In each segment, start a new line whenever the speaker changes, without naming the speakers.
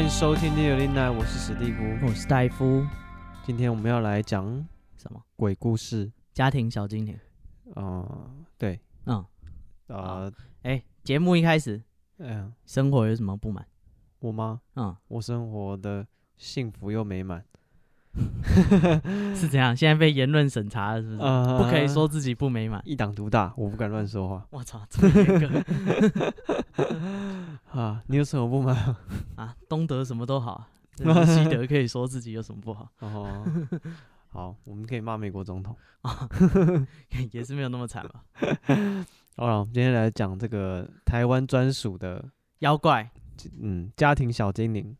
迎收听《第六零奶》，我是史蒂夫。
我是戴夫，
今天我们要来讲
什么
鬼故事。
家庭小精灵？
呃，对，
嗯，
呃，
哎、节目一开始，
哎呀，
生活有什么不满？
我妈，
嗯，
我生活的幸福又美满。
是怎样？现在被言论审查了，是不是？
嗯呃，
嗯不可以说自己不美满。
一党独大，我不敢乱说话
我操，这么严格
啊。你有什么不满？
啊！东德什么都好，但是西德可以说自己有什么不好，
哦，好，我们可以骂美国总统。
也是没有那么惨吧？
好了，我们今天来讲这个台湾专属的，
妖怪
嗯，家庭小精灵。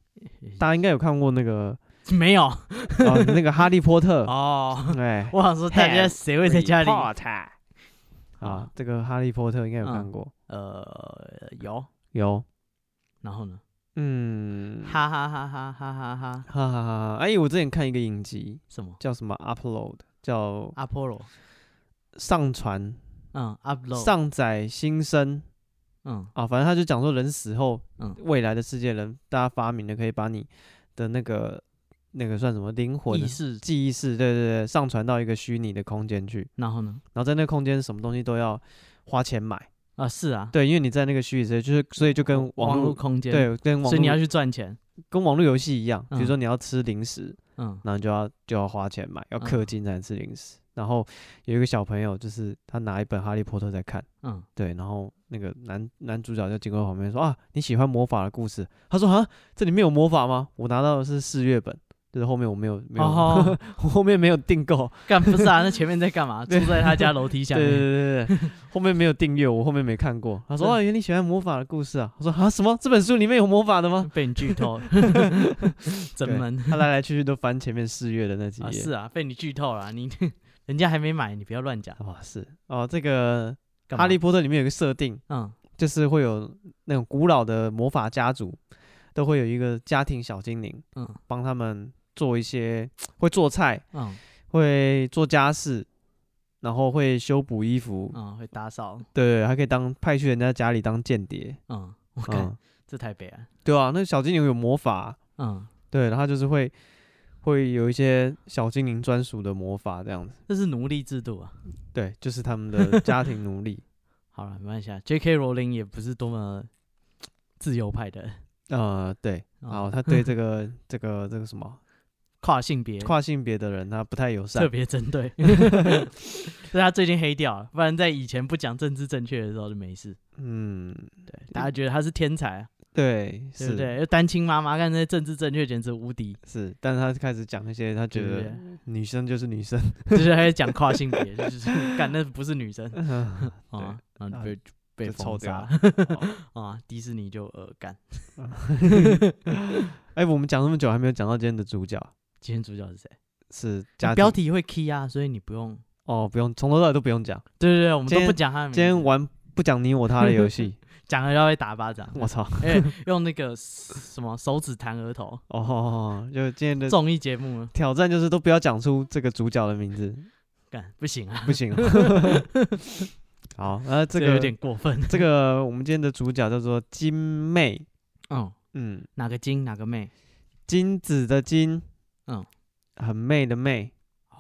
大家应该有看过那个，
没有
哦，那个《哈利波 特》
哦。
哎，
我想说，大家
Harry
谁会在家 里？
啊，这个《哈利波特》应该有看
嗯
过，
呃，有。
有，
然后呢？
嗯，哈
哈哈哈哈哈哈哈！
哈哈哈！哎，我之前看一个影集，
什么
叫什么 Upload，叫
阿波罗？
上传、
嗯，upload。
上载新生
嗯
啊，反正他就讲说人死后，
嗯，
未来的世界人大家发明的可以把你的那个那个算什么灵魂
意
啊、
识。
记忆室，对对对，上传到一个虚拟的空间去，
然后呢？
然后在那个空间什么东西都要花钱买，
啊，是啊。
对，因为你在那个虚拟世界，就是所以就跟网
网
络
络空间，，
对，跟网
所以你要
络
去赚钱，
跟网络游戏一样，比如
嗯
说你要吃零食，
嗯，
然后你就要就要花钱买，要氪
嗯
金才能吃零食。然后有一个小朋友，就是他拿一本《哈利波特》在看，
嗯，
对，然后那个男男主角就经过旁边说啊，你喜欢魔法的故事？他说啊，这里面有魔法吗？我拿到的是四月本，就是后面我没有没有，
哦
我后面没有订购，
干不是啊？那前面在干嘛？住在他家楼梯下
对对
面，
对对对，后面没有订阅，我后面没看过。他说
真
啊，原来你喜欢魔法的故事啊？他说啊，什么？这本书里面有魔法的 吗？
被你剧透了，怎
对
么呢
他来来去去都翻前面四月的那几
啊？
页
是。啊，被你剧透了啊，你 人家还没买，你不要乱讲。
啊，是哦，这个《
干
哈
嘛
利，波特》里面有一个设定，
嗯，
就是会有那种古老的魔法家族，都会有一个家庭小精灵，
嗯，
帮他们做一些会做菜，
嗯，
会做家事，然后会修补衣服，
嗯，会打扫，
对对，还可以当派去人家家里当间谍，
嗯，我看
嗯，
这台北啊，
对啊，那小精灵有魔法，
嗯，
对，然后就是会会有一些小精灵专属的魔法这样子，
这是奴隶制度啊。
对，就是他们的家庭奴 隶。
好了，没关系啊，J.K. 罗琳也不是多么自由派的人，
呃，对，好，
哦
他对这个这个这个什么
跨性别，
跨性别的人，他不太友
特
善。
别针 对，所以他最近黑掉了，不然在以前不讲政治正确的时候就没事。
嗯，
对，大家觉得他是天才啊，
对，
对不
是
对？又单亲妈妈，看那政治正确简直无敌，
是，但是他开始讲一些他觉
对不
得女生就是女 生，
对？就是还讲跨 性别，就是干那不是女生
对
啊，然后
那
就被被
就
封
抽掉
杀
了。
啊，迪士尼就呃干。
哎，我们讲那么久还没有讲到今天的主角
今天主角是谁？
是家
标
庭
题会 key 啊，所以你不用。
哦，不用从头到尾都不用讲，
对对对，我们
今
都
天
不讲他的名字。
今天玩不讲你我他的游 戏，
讲了要被打巴掌，
我 操
哎，用那个什么手指弹额头，
哦，就今天的
综艺节目
挑战就是都不要讲出这个主角的名字，
干不行啊，
不行 哦。好，那这
这
个
有点过分。
这个我们今天的主角叫做金妹，
嗯，
嗯，
哪个精哪个妹？
金子的金，
嗯，
很妹的妹，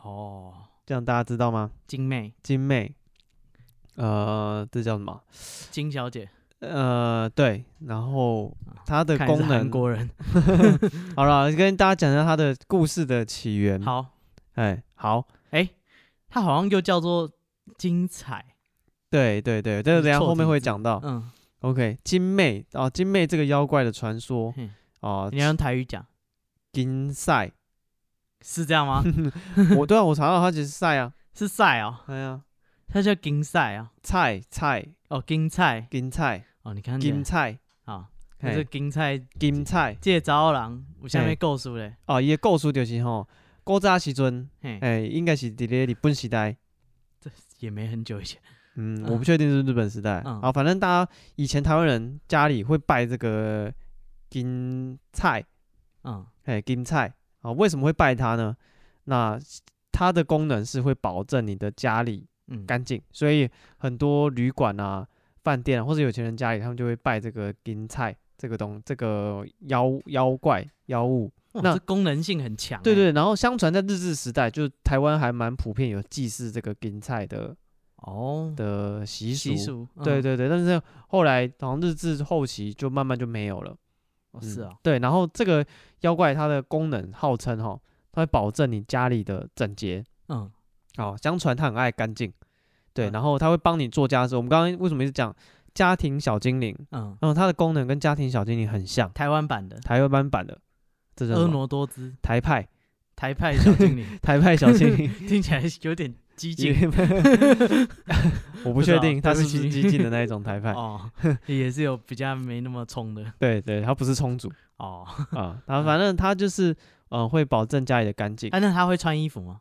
哦，
这样大家知道吗？
精妹，
金妹，呃，这叫什么？
金小姐，
呃，对，然后它的
看来是
功
韩
能，
国人。
好了，跟大家讲一下它的故事的起源。，
好，
哎，好，
哎，她好像又叫做精彩，
对对对，这个等一下
错
后面
题
会
字
讲到。
嗯，
OK，金妹啊，金妹这个妖怪的传说
嘿
啊，
你要用台语讲，
金 赛，
是这样 吗？
我对啊，我查到它其实赛啊，
是赛哦，
哎呀，
她叫金赛啊，
菜菜
哦，金菜，
金菜
哦，你看起来
金菜。
好，她
嘿
是金菜
金菜
借招人，有啥
嘿
物故事嘞？
哦，伊的故事就是吼，古早时阵，
嘿，
诶、哎应该是伫咧日本时代，
也没很久以前，
嗯，
嗯
我不确定是不是日本时代，
嗯
好，反正大家以前台湾人家里会拜这个金菜，
嗯，
哎，金菜啊，为什么会拜它呢？那它的功能是会保证你的家里
嗯，
干净，所以很多旅馆啊、饭店啊，或者有钱人家里，他们就会拜这个金菜，这个东这个妖妖怪妖物。
哇
那
哦这功能性很强欸、
对对，然后相传在日治时代，就是台湾还蛮普遍有祭祀这个芹菜的
哦，
的习俗。
习俗，嗯
对对对，但是后来好像日治后期就慢慢就没有了。
哦
嗯
是啊，
对，然后这个妖怪它的功能号称哈，它会保证你家里的整洁。
嗯，
哦，相传它很爱干净，对，
嗯
然后它会帮你做家事。我们刚刚为什么一直讲家庭小精灵？
嗯，
然后它的功能跟家庭小精灵很像，
台湾版的
台湾版的，这叫什
婀
么
娜多姿
台派
台派小精灵，
台派小精 灵。
听起来有点激进
也我不
不知
确
道
定他
对
是
不
不是
起
激进的那一种台派。
哦，也是有比较没那么冲的
对对，他不是冲主
哦。
啊，他反正他就是嗯、呃会保证家里的干净。
啊，那他会穿衣服吗？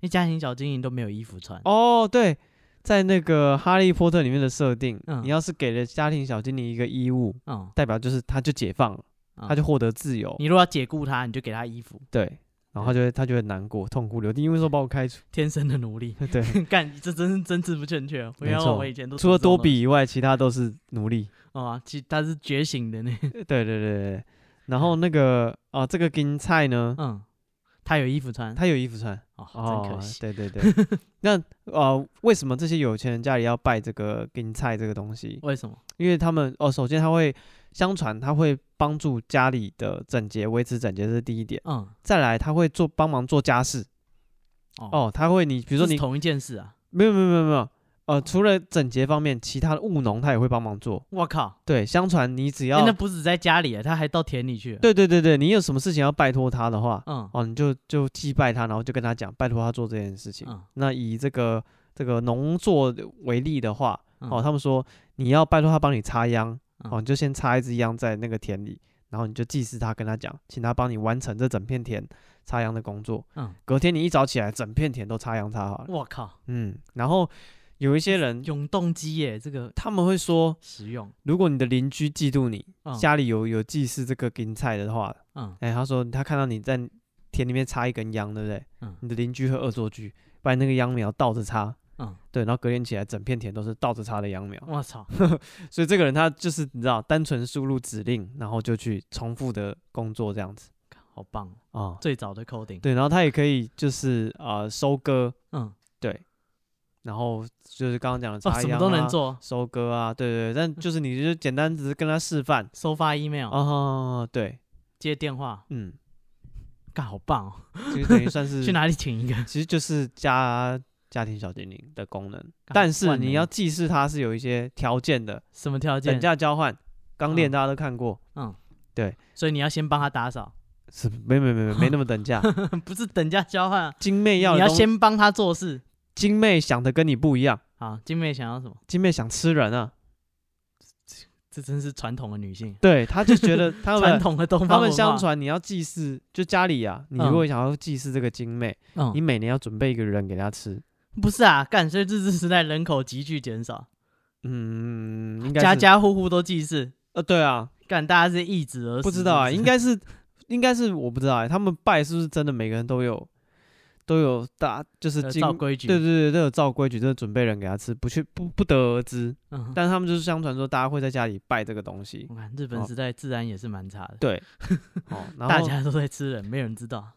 因为家庭小精灵都没有衣服穿。
哦，对，在那个《哈利波特》里面的设定，
嗯
你要是给了家庭小精灵一个衣物，
嗯，
代表就是他就解放了，他
嗯
就获得自由。
你如果嗯要解雇他，你就给他衣服。
对。然后他就会他就会难过、痛哭流涕，因为说把我开除。
天生的奴隶，
对，
干这真是真治不正确。我
没
要
错
我以前都
除了
读这种
多比以外，其他都是奴隶。
东西哦，其他是觉醒的 那
对对对对对。然后那个啊，这个金菜呢，
嗯，他有衣服穿，
他有衣服穿，
嗯哦，真可惜。
对对对， 那呃，为什么这些有钱人家里要拜这个金菜这个东西？
为什么？
因为他们哦，首先他会相传他会帮助家里的整洁，维持整洁这是第一点。
嗯，
再来，他会做帮忙做家事
哦，
哦，他会你比
比
如说你
同一件事啊，
没有没有没有没有呃，除了整洁方面，其他的务农他也会帮忙做。
我靠，
对，相传你只
哎
要
那不止在家里啊，他还到田里去。，
对对对对，你有什么事情要拜托他的话，
嗯
哦，你就就祭拜他，然后就跟他讲，拜托他做这件事情。
嗯
那以这个这个农作为例的话，
嗯
哦，他们说你要拜托他帮你插秧，哦，
嗯
你就先插一支秧在那个田里，然后你就祭祀他，跟他讲，请他帮你完成这整片田插秧的工作。
嗯，
隔天你一早起来，整片田都插秧插好了。
我靠，
嗯，然后有一些人
永动机耶，这个
他们会说，
实用。
如果你的邻居嫉妒你、
嗯
家里有有祭祀这个芹菜的话，
嗯，
哎，他说他看到你在田里面插一根秧，对不对？
嗯
你的邻居会恶作剧，把你那个秧苗倒着插。
嗯，
对，然后隔天起来，整片田都是倒着插的秧苗，
我操，
所以这个人他就是你知道，单纯输入指令，然后就去重复的工作这样子
好棒
啊、
哦！
哦
最早的 coding。
对，然后他也可以就是呃收割，
嗯，
对，然后就是刚刚讲的插秧、
哦，
啊
什么都能，做，嗯
收割啊，对对对，但就是你就简单只是跟他示范
收发 email，、
哦，对，
接电话，
嗯，
干好棒、哦！
其实等于 算是
去哪里请一个？
其实就是家家庭小精灵的功能，
干
但是
万能
你要祭祀它是有一些条件的，
什么
等
条件？
价交换。刚练
嗯
大家都看过，
所以你要先帮他打扫，
是没没没没没那么等价。
不是等价交换啊，
精妹要
你
的
要
东
先帮他做事。
精妹想的跟你不一样，
好，金妹想要什么？
精妹想吃人啊，
这真是传统的女性，
对，他就 觉得他
传
们
统的东方
他们
文化
相，传你要祭祀，就家里啊，你如果想要祭祀这个精妹，你
嗯，
每年要准备一个人给她吃，
不是啊，干，所以日治时代人口急剧减少，
嗯，应该
家
是
家户户都祭祀，
呃对啊，
干，大家是一直而死
不知道啊，
是
应
不是
该是，应该是我不知道哎、他们拜是不是真的每个人都有都有大就是
呃
经
照规矩，
对对对都有照规矩，都有准备人给他吃，不去不不得而知。
嗯，
但他们就是相传说大家会在家里拜这个东西，
我看日本
哦
时代治安也是蛮差的，
对，哦，然
大
后
家都在吃人，没有人知道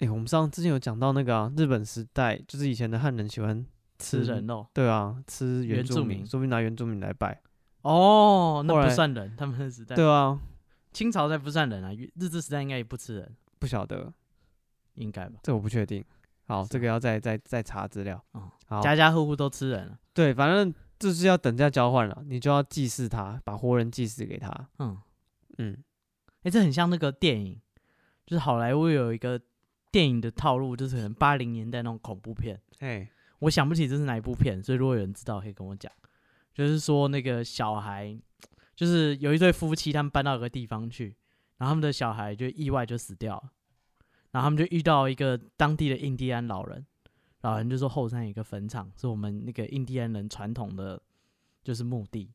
哎、我们上之前有讲到那个啊，日本时代就是以前的汉人喜欢
吃
吃
人，肉。
对啊，吃原
原
住
住
民，
民
说不定拿原住民来拜，
哦，
后
那
来
不算人，他们的时代。
对啊，
清朝才不算人啊，日日治时代应该也不吃人，
不晓得
应该吧？
这我不确定，好，
是啊
这个要再再再查资料，
哦
好，
家家户户都吃人啊。
对，反正就是要等价交换了，你就要祭祀他，把活人祭祀给他。
嗯，
嗯，
哎、这很像那个电影，就是好莱坞有一个电影的套路，就是可能八零年代那种恐怖片。
哎，
我想不起这是哪一部片，所以如果有人知道可以跟我讲。就是说那个小孩，就是有一对夫妻，他们搬到一个地方去，然后他们的小孩就意外就死掉了，然后他们就遇到一个当地的印第安老人，老人就说后山有一个坟场是我们那个印第安人传统的就是墓地，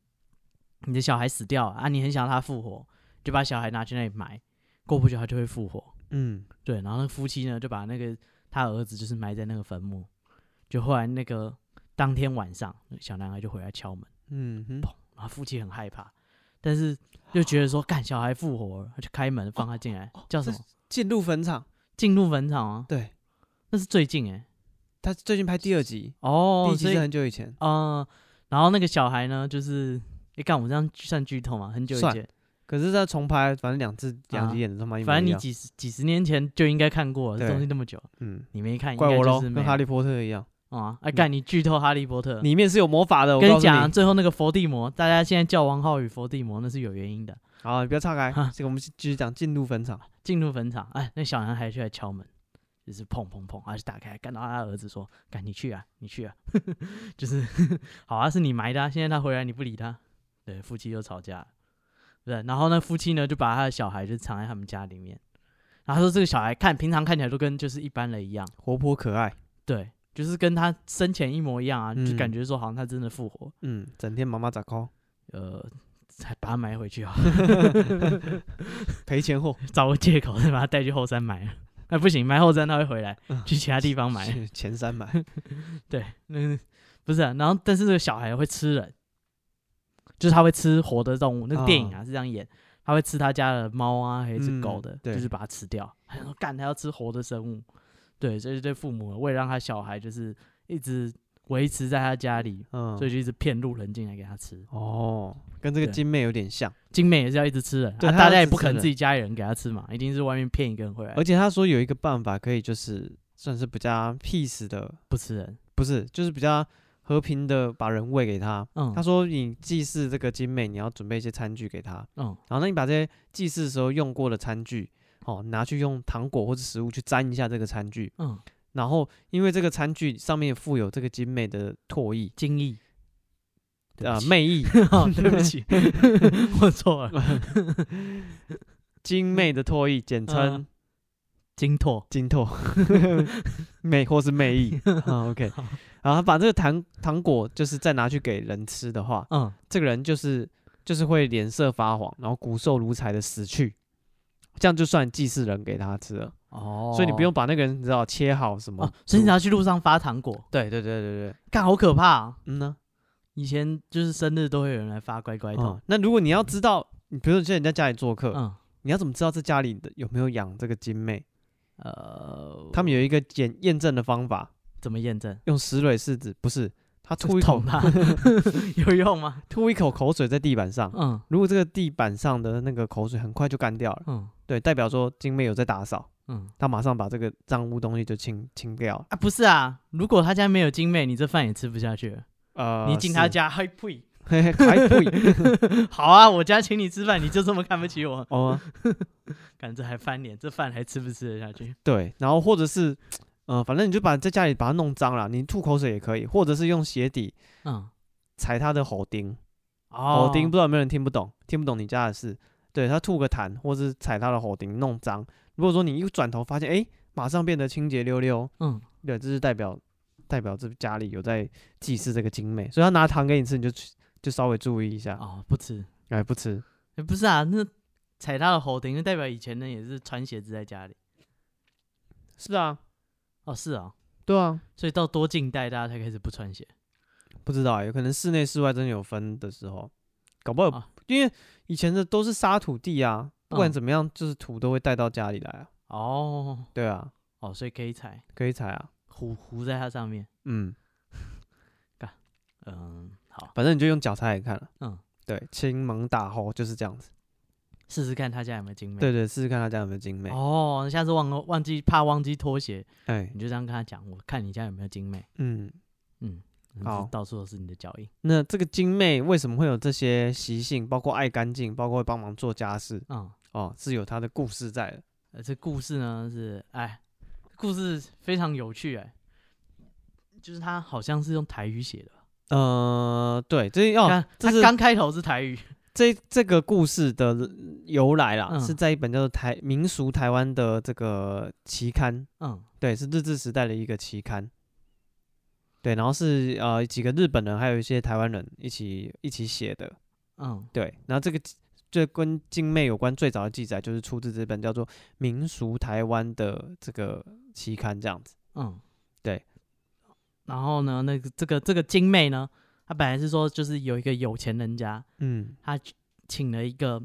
你的小孩死掉了啊，你很想让他复活，就把小孩拿去那里埋，过不久他就会复活。
嗯，
对，然后那个夫妻呢就把那个他儿子就是埋在那个坟墓，就后来那个当天晚上，小男孩就回来敲门，
嗯哼，
然后夫妻很害怕，但是就觉 得说，干小孩复活了，他就开门放他进来，叫什
哦这
么？
进入坟场，
进入坟场啊？
对
那是最近哎、
他最近拍第二集，第
哦
一，集
所以
是很久以前，
嗯、然后那个小孩呢，就是哎，干、我这样算剧透嘛？很久以
算
前，
可是他重拍，反正两次两集
啊
演的他妈一模一样，
反正你几十几十年前就应该看过了，这
对
东西那么久，
嗯，
你没看，
怪
应该
我
就
喽，
是
跟
没
哈利嗯波特一样，
啊！哎、干、你剧透《哈利波特》
里面是有魔法的，我
嗯跟
告
你
诉
讲啊、
你。
最后那个伏地魔，大家现在叫王浩宇伏地魔，那是有原因的。
好，你不要岔开
哈，
这个我们继续讲进入坟场。
进入坟场，哎，那小男孩就来敲门，就是砰砰砰，啊他就打开，干到他儿子说：“赶你去啊，你去啊！” 就是好啊，是你埋的、啊，现在他回来你不理他，对，夫妻又吵架了，对，然后呢，夫妻呢就把他的小孩就藏在他们家里面，然后他说这个小孩看平常看起来都跟就是一般人一样，
活泼可爱，
对，就是跟他生前一模一样啊，就
嗯
感觉说好像他真的复活，
嗯，整天妈妈咋 call
呃，才把他埋回去啊。
赔钱货，
找个借口再把他带去后山埋了。哎，不行，埋后山他会回来
嗯，
去其他地方埋。
去前三买，
对，那不是啊、然后但是这个小孩会吃人，就是他会吃活的动物。那个电影啊、是这样演，他会吃他家的猫啊，还是
哦嗯
狗的，
对
就是把它吃掉。他想说干，他要吃活的生物。对，这是对父母为了让他小孩就是一直维持在他家里，
嗯，
所以就一直骗路人进来给他吃。
哦，跟这个
对
金妹有点像，
金妹也是要一直吃人，
对
啊
她要
大家也
一直
不
吃
可能
人
自己家里人给他吃嘛，一定是外面骗一个人回来
而且他说有一个办法可以就是算是比较 peace 的，
不吃人。
不是，就是比较和平的把人喂给他。
嗯
他，说你祭祀这个金妹，你要准备一些餐具给他，
嗯，
然后那你把这些祭祀的时候用过的餐具，哦，拿去用糖果或者食物去沾一下这个餐具，
嗯，
然后因为这个餐具上面附有这个金妹的唾液
精益。
啊、
对不起，
魅意
哦对不起， 我错了，
金妹的唾液，简称
嗯金拓。
金 唾，魅或是魅意啊，OK，
好
然后他把这个糖糖果就是再拿去给人吃的话，
嗯，
这个人就是就是会脸色发黄，然后骨瘦如柴的死去，这样就算祭祀人给他吃了，
哦
所以你不用把那个人你知道切好什么
哦，，所以你
煮
要去路上发糖果，
对对对对对，
干好可怕啊！
嗯呢、
以前就是生日都会有人来发乖乖桶
嗯，那如果你要知道，你比如说你现在你在家里做客，
嗯，
你要怎么知道这家里的有没有养这个金妹？
呃，
他们有一个检验证的方法，
怎么验证？
用石蕊试纸，不是他吐一口
捅他 有用吗？
吐一口口水在地板上，
嗯
如果这个地板上的那个口水很快就干掉了，
嗯
对，代表说金妹有在打扫，
嗯
她马上把这个脏污东西就清清掉了。
啊，不是啊，如果他家没有金妹，你这饭也吃不下去了。
呃
你进他，家， 嘿呸！
是 嘿嘿还 不
好啊，我家请你吃饭，你就这么看不起我？
哦，
感这还翻脸，这饭还吃不吃得下去？
对，然后或者是，呃，反正你就把在家里把它弄脏了，你吐口水也可以，或者是用鞋底
嗯，
踩它的喉钉，
哦
喉钉不知道有没有人听不懂，听不懂你家的事，对他吐个痰，或是踩他的喉钉弄脏。如果说你一转头发现，哎，马上变得清洁溜溜，
嗯，
对，这是代表代表这家里有在祭祀这个精美，所以他拿糖给你吃，你就去就稍微注意一下，
哦，不吃，
哎，不吃，
欸、不是啊，那踩他的喉顶，就代表以前人也是穿鞋子在家里。
是啊，
哦，是啊，
对啊，
所以到多近代大家才开始不穿鞋。
不知道、欸，有可能室内室外真的有分的时候，搞不好有、
啊
因为以前的都是沙土地啊，不管
嗯
怎么样，就是土都会带到家里来啊，
哦
对啊，
哦，所以可以踩，
可以踩啊，
糊糊在它上面。
嗯，
嗯，好，
反正你就用脚踩也看了，
嗯，
对，亲蒙打吼就是这样子，
试试看他家有没有精美。
对对，试试看他家有没有精美，哎、
哦，下次忘了忘记怕忘记拖鞋，你就这样跟他讲，我看你家有没有精美。
哎嗯，
嗯，嗯
好
到处都是你的脚印。
那这个精妹为什么会有这些习性，包括爱干净，包括会帮忙做家事
嗯，
哦，是有她的故事在的。
呃，这故事呢是，哎，故事非常有趣哎、就是他好像是用台语写的吧，
呃，对，这哦
看，
这
他
是
刚开头是台语，
这这个故事的由来啦，
嗯
是在一本叫做台民俗台湾的这个期刊，
嗯
对，是日治时代的一个期刊。对，然后是呃几个日本人，还有一些台湾人一起一起写的。
嗯，
对，然后这个这跟精妹有关最早的记载，就是出自这本叫做《民俗台湾》的这个期刊，这样子。
嗯，
对。
然后呢，那个这个这个精妹呢，她本来是说就是有一个有钱人家，
嗯，
她请了一个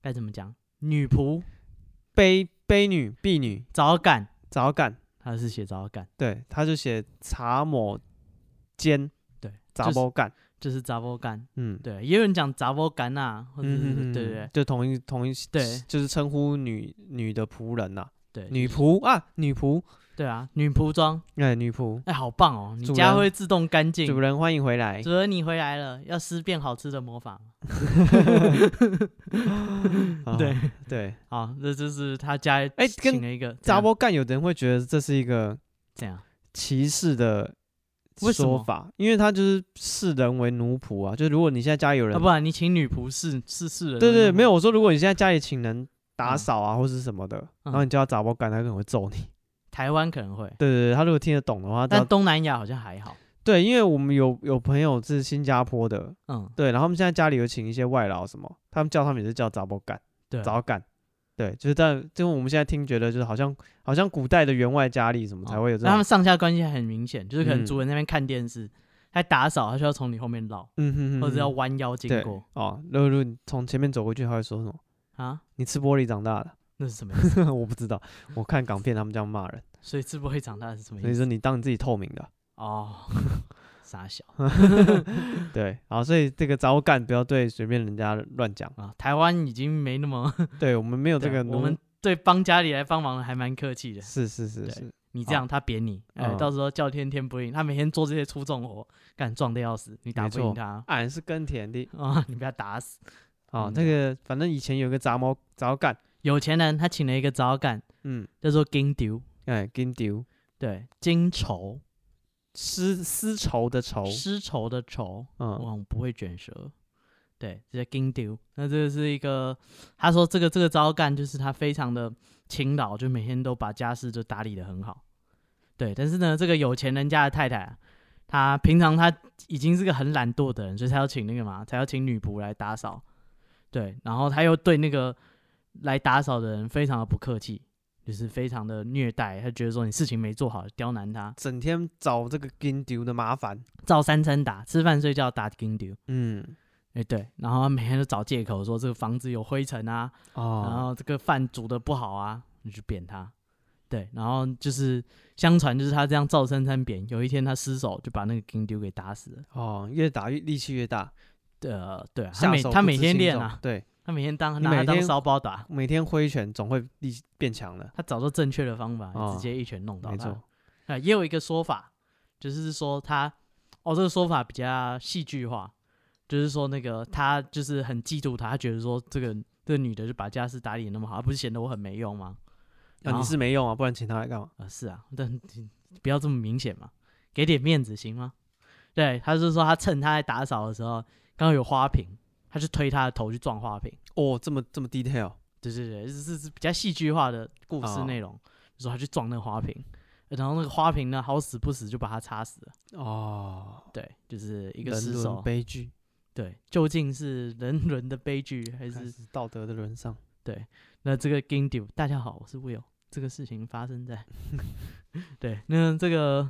该怎么讲女仆
悲悲女、婢女、
早感，
早感，
他是写早感，
对，他就写查某间
对，
杂
就是
包干，
就是杂波干，
嗯，
对，也有人讲杂波干呐，或者是
嗯，嗯嗯
对对
嗯
对
就同一同一
对
就是称呼女女的仆人呐、
对，
女仆啊，女仆，
对啊，女仆装，
哎、女仆，
哎，好棒哦，你
主
家
人
会自动干净，
主人欢迎回来，
主人你回来了，要施变好吃的魔法，
啊
对
对，
好，这就是他家
哎跟
请了一个怎
杂
样
包干，有的人会觉得这是一个
怎样，
歧视的
为什
说
么
法，因为他就是视人为奴仆啊，就如果你现在家里有人，
啊要不然你请女仆是是是人，
对对，没有，我说如果你现在家里请人打
嗯
扫啊、或是什么的，然后
嗯
你叫他杂包干，他可能会揍 你。
台湾可能会，
对对对，他如果听得懂的话，他
但东南亚好像还好，
对，因为我们有有朋友是新加坡的，
嗯，
对，然后他们现在家里有请一些外劳什么，他们叫他们也是叫杂包干。
对啊，
早感。对，就是但就我们现在听觉得就是好像好像古代的员外家里什么
哦
才会有这
那他
种
们，上下关系很明显，就是可能
嗯
主人那边看电视，他打扫，他需要从你后面绕，
嗯哼哼
或者要
哼
弯腰经
对
过
哦，如果如果你从前面走过去，他会说什么？
啊，
你吃玻璃长大的？
那是什么 意思？
我不知道，我看港片他们这样骂人，
所以智不会长大是什么
所以
意思？
说你当你自己透明的，
哦， 傻小
对，好，所以这个早感不要对随便人家乱讲，
啊，台湾已经没那么
对我们没 有这
对
个
啊
奴，
我们对帮家里来帮忙的还蛮客气的。
是是是
对
是，
你这样他扁你，哎，
嗯
到时候叫天天不应，他每天做这些粗重活，干壮的要死，你打
没
不赢
错
他
俺是耕田的
啊，你被他打死。
啊，
嗯
这个反正以前有个杂毛早感，
有钱人他请了一个早干，
嗯，
叫做金丢，
哎，金丢
对，金愁，
丝丝绸的绸，
丝绸的绸，
嗯
哇，我不会卷舌。对，这叫金丢。那这是一个，他说这个这个招干就是他非常的勤劳，就每天都把家事就打理的很好。对，但是呢，这个有钱人家的太太、啊，她平常她已经是个很懒惰的人，所以才要请那个嘛，才要请女仆来打扫。对，然后他又对那个来打扫的人非常的不客气，就是非常的虐待，他觉得说你事情没做好，刁难他，
整天找这个金丢的麻烦。
照三餐打，吃饭睡觉打金丢。
嗯，
哎、对，然后他每天都找借口说这个房子有灰尘啊，然
哦，
后这个饭煮的不好啊，你去扁他。对，然后就是相传就是他这样照三餐扁，有一天他失手就把那个金丢给打死了。
哦，越打越力气越大，
呃，对、啊，他
下
每
手
他
不
每
知
天
轻
练
重
啊，
对，
他每天当
你
拿
每
他当
天
骚包打，
每天挥拳总会力气变强的，
他找到正确的方法，
哦
直接一拳弄到
没
他
错。，
啊，也有一个说法，就是说他，哦，这个说法比较戏剧化，就是说那个他就是很嫉妒他，他觉得说这个这个女的就把家事打理得那么好，她不是显得我很没用吗？
那、
然
你
后
是没用啊，不然请他来干嘛？
啊、是啊，但不要这么明显嘛，给点面子行吗？对，他是说他趁他在打扫的时候，刚好有花瓶，他就推他的头去撞花瓶。
哦，这么这么 detail，
对对对，这是是比较戏剧化的故事
哦
内容，就说他去撞那个花瓶，呃然后那个花瓶呢，好死不死就把他插死了。
哦，
对，就是一
一
个
人
失
伦
手。
悲剧，
对，究竟是人伦的悲剧
还
还是
是道德的沦丧。
那这个 g i n d u 大家好，我是 Will。这个事情发生 在，对，那这个，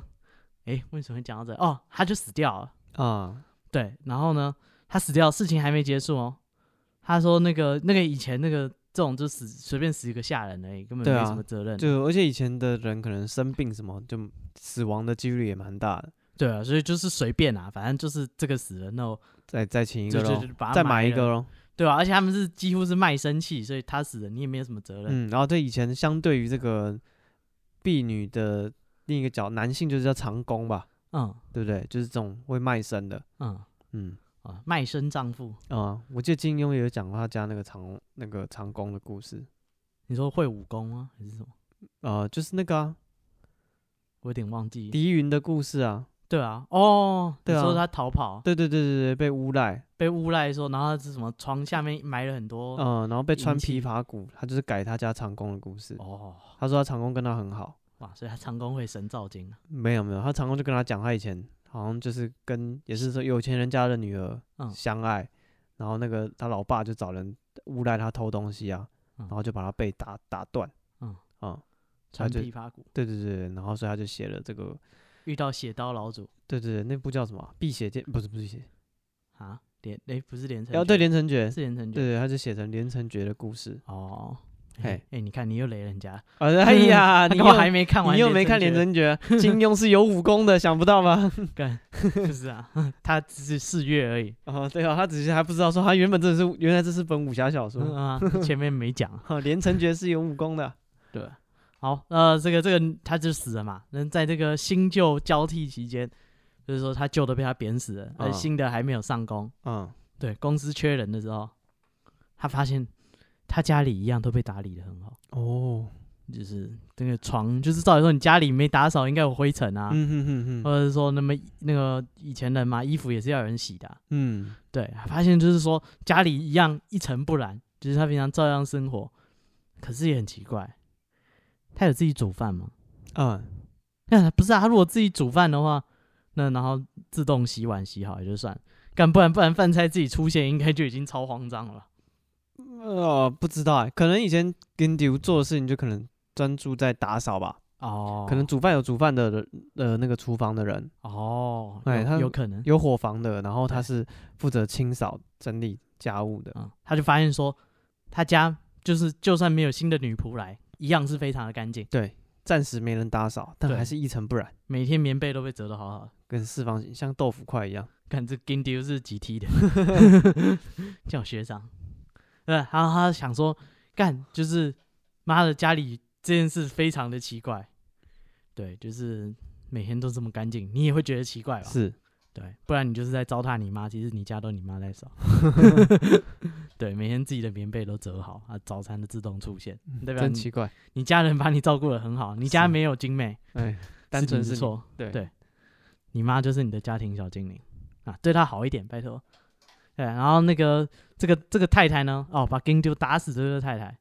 诶，为什么会讲到这？哦，他就死掉了。
啊、
对，然后呢，他死掉，事情还没结束哦。他说那个那个以前那个这种就死随便死一个吓人而已，根本
对
没
啊
什么责任。
就而且以前的人可能生病什么，就死亡的几率也蛮大的。
对啊，所以就是随便啊，反正就是这个死了，那我
再再请一
就
个
就
咯
就，把它
再买一
埋
个
了，
咯。
对啊，而且他们是几乎是卖身契，所以他死了你也没有什么责任。
嗯，然后对以前相对于这个婢女的另一个角，男性就是叫长工吧，
嗯
对不对？就是这种会卖身的，
嗯
嗯
啊，卖身丈夫，
啊、我记得金庸也有讲过他家那个长那个长工的故事，
你说会武功吗？还是什么？
呃，就是那个啊，
我有点忘记。
狄云的故事啊，
对啊，哦，
对啊
你说他逃跑
对对对对对，被诬赖，
被诬赖说，然后他是什么床下面埋了很多、
嗯、然后被
哦引
穿
起
琵琶骨，他就是改他家长工的故事。
哦，
他说他长工跟他很好，
哇，所以他长工会神照经啊，
没有没有，他长工就跟他讲，他以前好像就是跟也是说有钱人家的女儿
嗯
相爱，然后那个他老爸就找人诬赖他偷东西啊，
嗯
然后就把他背打打断，
嗯
嗯，
穿
就
琵琶骨，
对对对，对然后所以他就写了这个，
遇到血刀老祖
对对对，那部叫什么啊、辟邪剑》不是不是辟邪，
啊，连哎、不是连城诀，
要哦对连城诀，
是连城诀
对对，他就写成连城诀的故事。
哦。哎、
嘿
哎你看你又雷人家，
啊， 哎呀，
他
你
干
又
嘛还没看完？
你又没看《连城诀》，金庸是有武功的，想不到吧？
诀？不是啊， 他只是四月而已。
哦，对啊，他只是还不知道说他原本这是原来这是本武侠小
嗯
说，
啊，前面没讲。
哈，《连城诀》是有武功的。
对，好，呃，这个这个他就死了嘛。那在这个新旧交替期间，就是说他旧的被他贬死了，而
嗯
新的还没有上工。
嗯，
对，公司缺人的时候，他发现他家里一样都被打理的很好，
哦，
就是那个床，就是照理说你家里没打扫应该有灰尘啊，
嗯哼哼哼，
或者是说那么那个以前人嘛，衣服也是要有人洗的啊、
嗯，
对，发现就是说家里一样一尘不染，就是他平常照样生活，可是也很奇怪，他有自己煮饭吗？
啊，
那 不是啊，他如果自己煮饭的话，那然后自动洗碗洗好也就算了，干不然不然饭菜自己出现，应该就已经超慌张了吧。
呃，不知道哎，可能以前跟丢做的事情就可能专注在打扫吧，
哦
可能煮饭有煮饭的人，呃，那个厨房的人，
哦，
哎
有
他
有可能
有伙房的，然后他
对
是负责清扫整理家务的。
嗯，他就发现说他家就是就算没有新的女仆来，一样是非常的干净，
对，暂时没人打扫，但
对
还是一尘不染，
每天棉被都被折得好好的。
跟四方形像豆腐块一样。
看这 g i n d 是集体的， 叫学长。对，然后他想说，干就是妈的家里这件事非常的奇怪，对，就是每天都这么干净，你也会觉得奇怪吧？
是，
对，不然你就是在糟蹋你妈，其实你家都你妈在 扫。对，每天自己的棉被都折好啊，早餐的自动出现，代
嗯
表
真
啊你
奇怪。
你家人把你照顾的很好，你家
是
没有精美，
哎，单纯是
是你的
你，
错，
对
对你妈就是你的家庭小精灵啊，对她好一点，拜托。对，然后那个这个这个太太呢，哦，把金丢打死的这个太太，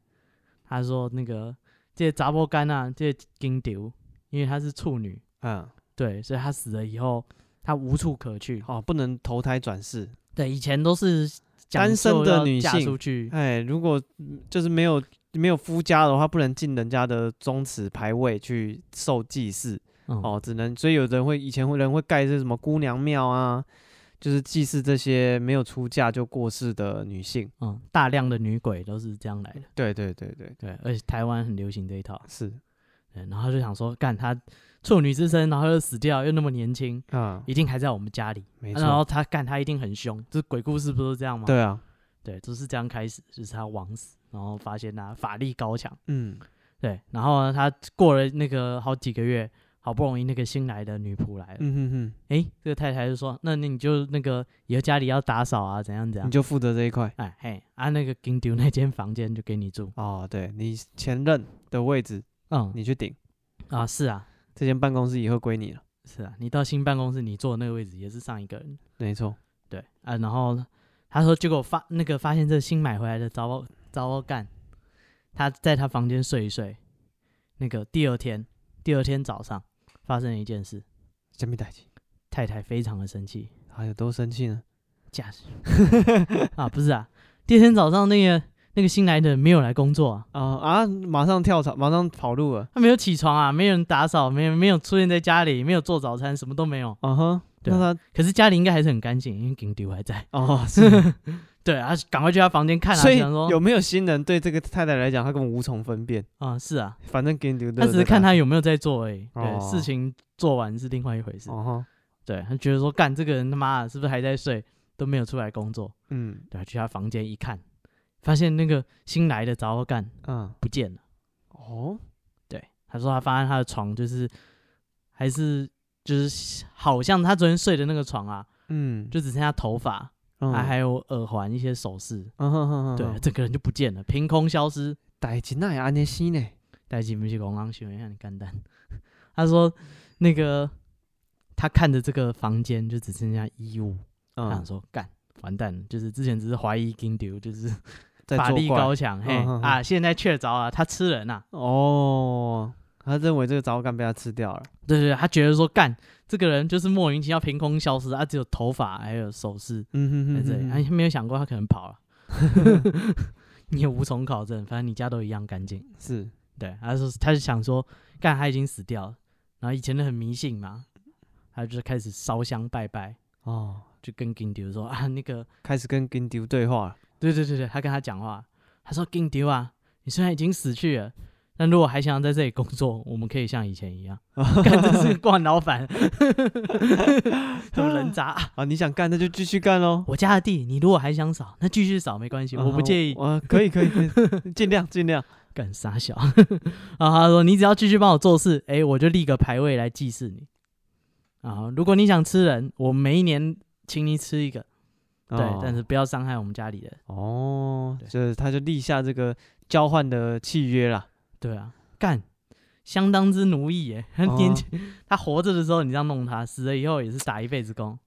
她说那个这杂波干啊，这金丢，因为她是处女，
嗯，
对，所以她死了以后，她无处可去。
哦，不能投胎转世。
对，以前都是讲
单身
究
的
要
女
嫁
性
出去，
哎，如果嗯就是没有没有夫家的话，不能进人家的宗祠牌位去受祭祀
嗯、
哦，只能所以有人会以前会人会盖这什么姑娘庙啊，就是祭祀这些没有出嫁就过世的女性。
嗯，大量的女鬼都是这样来的。
对对对对，
对，而且台湾很流行这一套。
是
对，然后她就想说，干她处女之身，然后又死掉，又那么年轻，
啊，
一定还在我们家里。
没
啊然后
错，
他干他一定很凶，这鬼故事不都是这样吗？
对啊，
对，都是这样开始，就是他枉死，然后发现他法力高强，
嗯
对，然后呢，他过了那个好几个月，好不容易那个新来的女仆来了，
嗯哼哼。
诶，这个太太就说，那那你就那个以后家里要打扫啊，怎样怎样
你，就负责这一块。
哎嘿，啊那个金丢那间房间就给你住，
哦，对你前任的位置
嗯
你去顶，
啊是啊
这间办公室以后归你了。
是啊，你到新办公室你坐的那个位置也是上一个人，
没错，
对啊，然后他说，结果发那个发现这新买回来的糟糕糟糕干，他在他房间睡一睡，那个第二天第二天早上发生了一件事，
下面代起，
太太非常的生气，
还有多哎生气呢？
驾驶 啊不是啊，第二天早上那个那个新来的没有来工作、啊，
啊、啊！马上跳槽，马上跑路了。
他没有起床啊，没人打扫，没人没有出现在家里，没有做早餐，什么都没有。
啊哈，
对啊
那他
可是家里应该还是很干净，因为金丢还在。
哦， 是
对啊，赶快去他房间看啊，
所以
想说
有没有新人对这个太太来讲，他根本无从分辨。
啊、是啊，
反正给你留的，
他只是看。他有没有在做而已。对，
哦
事情做完是另外一回事。
哦哈，
对他觉得说，干这个人他妈的是不是还在睡，都没有出来工作？
嗯
对，去他房间一看，发现那个新来的杂货干
嗯，
不见了。
哦，
对，他说他发现他的床就是还是就是好像他昨天睡的那个床啊，
嗯，
就只剩下头发，啊
嗯
还、还有耳环一些首饰。
嗯哼哼哼，
对，整个人就不见了，凭空消失。
代志那也安尼死呢？
代志不是公狼行为，让你干单。 他说那个他看着这个房间就只剩下衣物，他想
嗯，
说干完蛋了，就是之前只是怀疑金丢，就是
在
法
作
力
怪
高强，嘿、
嗯哼哼
啊，现在确凿啊，他吃人啊，
哦，他认为这个杂干被他吃掉了。
对对对，他觉得说干这个人就是莫名其妙凭空消失啊，只有头发还有首饰
嗯哼
在
哼
这里，
哼
他、
哼，
哎没有想过他可能跑了。 你也无从考证，反正你家都一样干净。
是
对，他说他就想说，干他已经死掉了，然后以前的很迷信嘛，他就开始烧香拜拜，
哦，
就跟 King 丢说啊，那个，
开始跟 Gindu 对话了，
对对对对，他跟他讲话，他说 King 丢啊，你虽然已经死去了，但如果还想在这里工作，我们可以像以前一样。干这是个惯老 板，怎么人渣、啊
啊，你想干那就继续干喽。
我家的地，你如果还想扫，那继续扫没关系，我不介意。
啊，可以可以可以，尽量尽量。
干傻小，然后他说你只要继续帮我做事，哎，我就立个牌位来祭祀你。啊，如果你想吃人，我每一年请你吃一个， 对，
哦
但是不要伤害我们家里人。
哦，
对
就是他就立下这个交换的契约 啦。
对啊，干，相当之奴役耶。他
哦
年轻，他活着的时候你这样弄他，死了以后也是打一辈子工。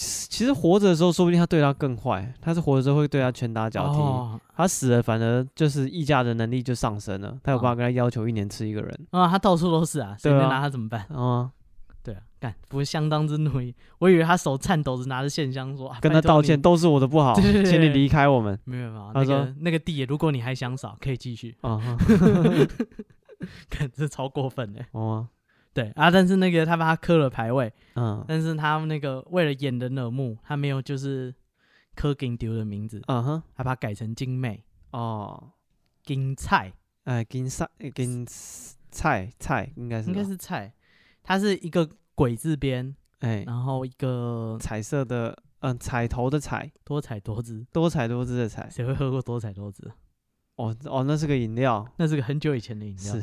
其实活着的时候，说不定他对他更坏。他是活着之后会对他拳打脚踢，
哦
他死了反而就是议价的能力就上升了。
哦
他有办法跟他要求一年吃一个人。
啊，他到处都是啊，谁
对
能
啊
拿他怎么办？
哦，
对啊，干，不是相当之奴役。我以为他手颤抖着拿着线香说，啊
跟他道。歉
拜托
都是我的不好，
对对对
请你离开我 们。
你没有没有，
他
那
说
个那个地，如果你还想扫，可以继续。
哦，
干，这超过分的。
哦，
对啊，但是那个他把他磕了牌位，
嗯
但是他那个为了掩人耳目，他没有就是磕金丢的名字，
嗯哼，
他把它改成金妹
哦，
金菜。
哎，跟菜跟菜菜应该是
应该
吧
是菜，它是一个鬼字边，
哎
然后一个
彩色的，嗯，彩头的彩，
多彩多姿。
多彩多姿的彩。
谁会喝过多彩多姿？
哦哦，那是个饮料，
那是个很久以前的饮料
是，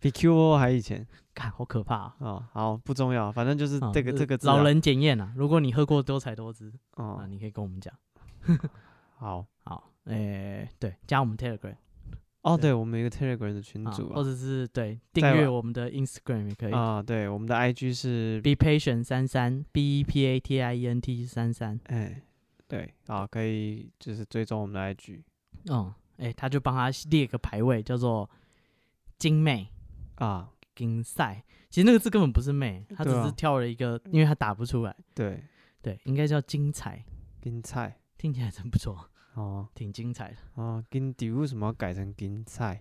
比 QO 还以前
看好可怕啊！
哦。好，不重要，反正 就是
啊
这个、这个字啊
老人检验啊，如果你喝过多彩多姿啊，
哦，
你可以跟我们讲。
好
好，诶，对，加我们 Telegram
哦，
对
对，我们有一个 Telegram 的群
啊
组
或
啊，
者是对订
在
阅
吧
我们的 Instagram 也可以。
啊，对，我们的 IG 是
Be patient 三三 B E P A T I E N T 三三，
哎，对啊，可以就是追踪我们的 IG
嗯，诶，他就帮他列个排位，叫做精妹。
啊，
金赛，其实那个字根本不是妹，他只
对啊
是跳了一个，因为他打不出来，
对，
对，应该叫精彩，
金菜
听起来真不错，
哦
挺精彩的。
哦，金底为什么要改成金菜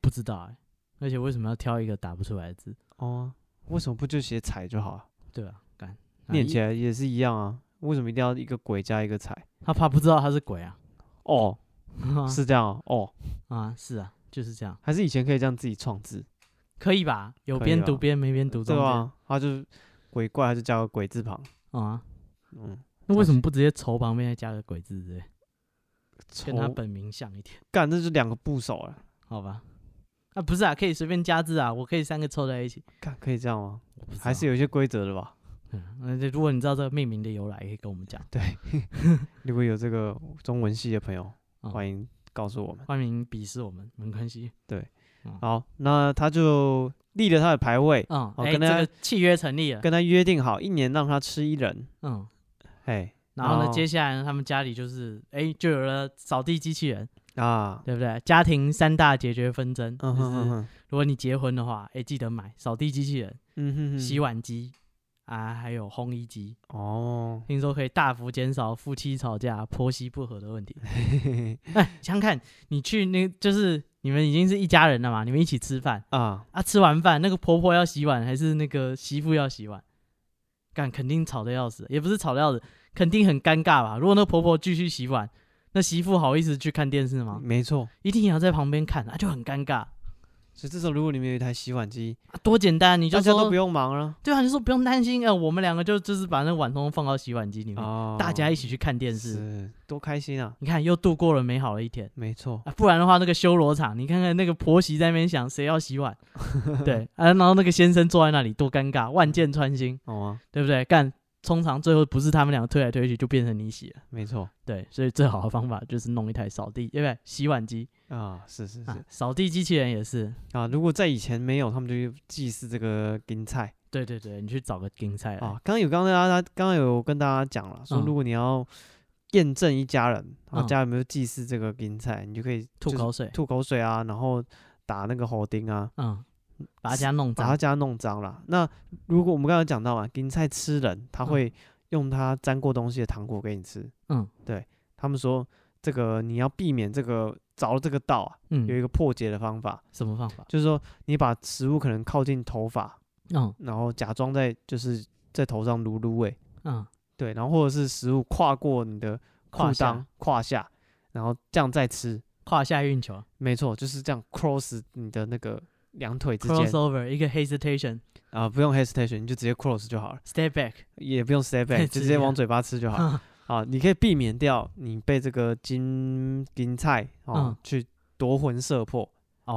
不知道哎、而且为什么要挑一个打不出来的字？
哦？为什么不就写彩就好了？
对啊，干
念起
来，
来也是一样啊，为什么一定要一个鬼加一个彩？
他怕不知道他是鬼啊，
哦， 是这样哦，哦
啊，是啊，就是这样，
还是以前可以这样自己创字？
可以吧？有
可以
边
吧
读边没边读中
对
间，
啊，他就是鬼怪，他就加个鬼字旁，
嗯啊，
嗯，
那为什么不直接仇旁边再加个鬼字之类，跟他
仇
本名像一点？
干这就两个部首了，
好吧？啊，不是啊，可以随便加字啊，我可以三个凑在一起，
干可以这样吗？
我不知
还
道
是有一些规则的吧？
嗯，那就如果你知道这个命名的由来，也可以跟我们讲。
对，如果有这个中文系的朋友，
嗯
欢迎告诉我们。
欢迎鄙视我们，没关系。
好，那他就立了他的牌位，
嗯，
好
哎、
跟
这
大家
个契约成立了。
跟他约定好，一年让他吃一人，
嗯，
哎
然后
然
呢，
后
接下来呢他们家里就是，哎、就有了扫地机器人，
啊，
对不对？家庭三大解决纷争，
嗯
就
哼哼
是
哼，
如果你结婚的话，哎、记得买扫地机器人、
嗯哼哼，
洗碗机啊，还有烘衣机。
哦，
听说可以大幅减少夫妻吵架、婆媳不和的 问题。
嘿嘿嘿
哎，想想看，你去那个，就是你们已经是一家人了嘛，你们一起吃饭。
啊，
啊，吃完饭那个婆婆要洗碗，还是那个媳妇要洗碗？干，肯定吵得要死，也不是吵得要死，肯定很尴尬吧？如果那婆婆继续洗碗，那媳妇好意思去看电视吗？
没错。
一定也要在旁边看，啊，就很尴尬。啊
所以这时候，如果你们有一台洗碗机，
多简单，你就
大家都不
说，
用忙了。
对啊，你就说不用担心，呃，我们两个就就是把那碗通通放到洗碗机里面，
哦
大家一起去看电视。
是多开心啊！
你看，又度过了美好的一天
没错，
啊！不然的话，那个修罗场，你看看那个婆媳在那边想谁要洗 碗，对啊，然后那个先生坐在那里多尴尬，万箭穿心。
好吗？
对不对？干，通常最后不是他们两个推来推去，就变成你洗了。
没错
对，所以最好的方法就是弄一台扫地，对不对？洗碗机
啊，是是是
啊，扫地机器人也是。
啊。如果在以前没有，他们就去祭祀这个金菜
对对对，你去找个金菜来。
啊。刚刚有刚刚大家刚刚有跟大家讲了，说
嗯
如果你要验证一家人，然
嗯
后家有没有祭祀这个金菜，你就可以
吐
就是
口水，
吐口水啊，然后打那个火钉啊，
嗯，把他家弄
把
脏
他。家弄脏了。那如果我们刚刚有讲到嘛，金菜吃人，他
嗯
会用他沾过东西的糖果给你吃。
嗯
他们说这个你要避免这个着这个道啊，有一
嗯，
个破解的方法，
什么方法？
就是说你把食物可能靠近头发，
嗯
然后假装在就是在头上撸芦苇，
嗯，
对，然后或者是食物跨过你的裤
胯下
裆胯下，然后这样再吃，
胯下运球
没错，就是这样 cross 你的那个两腿之间
，crossover 一个 hesitation
啊、不用 hesitation，你就直接 cross 就好了，
step back，
也不用 step back，就
直
直接
接嗯
往嘴巴吃就好了。啊，你可以避免掉你被这个金金菜哦、
嗯
去夺魂摄魄，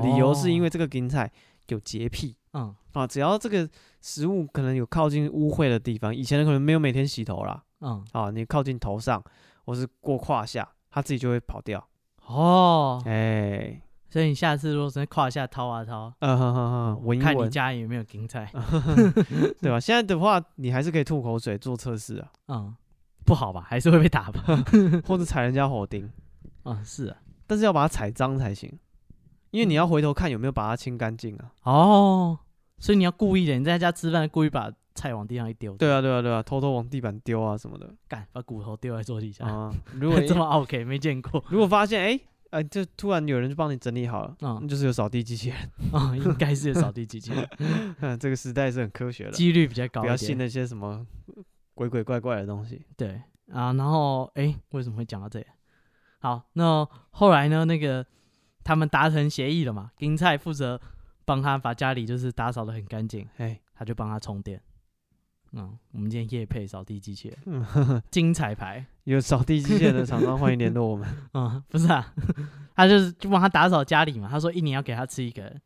理由是因
为
为这个金菜有洁癖
哦嗯
啊，只要这个食物可能有靠近污秽的地方，以前人可能没有每天洗头啦，
嗯
啊，你靠近头上或是过胯下，它自己就会跑掉。
哦，
哎、
所以你下次如果真的胯下掏啊掏，
嗯哼哼哼，闻一
看你
闻，
家里有没有芹菜，
啊对吧？现在的话，你还是可以吐口水做测 试啊，
嗯，不好吧，还是会被打 吧？
或者踩人家火钉，
嗯，是啊，
但是要把它踩脏才行，因为你要回头看有没有把它清干净啊。
哦，所以你要故意的，你在家吃饭故意把菜往地上一丢，
对啊，对啊，对啊，偷偷往地板丢啊什么的
干把骨头丢在桌底 下，
啊。如果
这么 OK 没见过，
如果发现哎哎、呃就突然有人就帮你整理好了，
嗯
那就是有扫地机器人。
啊，应该是有扫地机器人，
嗯这个时代是很科学的，
几率比较
不
高一点，
要信那些什么鬼鬼怪怪的东西。
对啊，然后诶，为什么会讲到这里？好，那后来呢？那个他们达成协议了嘛？金菜负责帮他把家里就是打扫的很干净，
哎，
他就帮他充电。嗯，我们今天夜配扫地机器人，
嗯呵呵
金彩牌。
有扫地机器人的厂商欢迎联络我们。
嗯，不是啊，他就是就帮他打扫家里嘛。他说一年要给他吃一个人，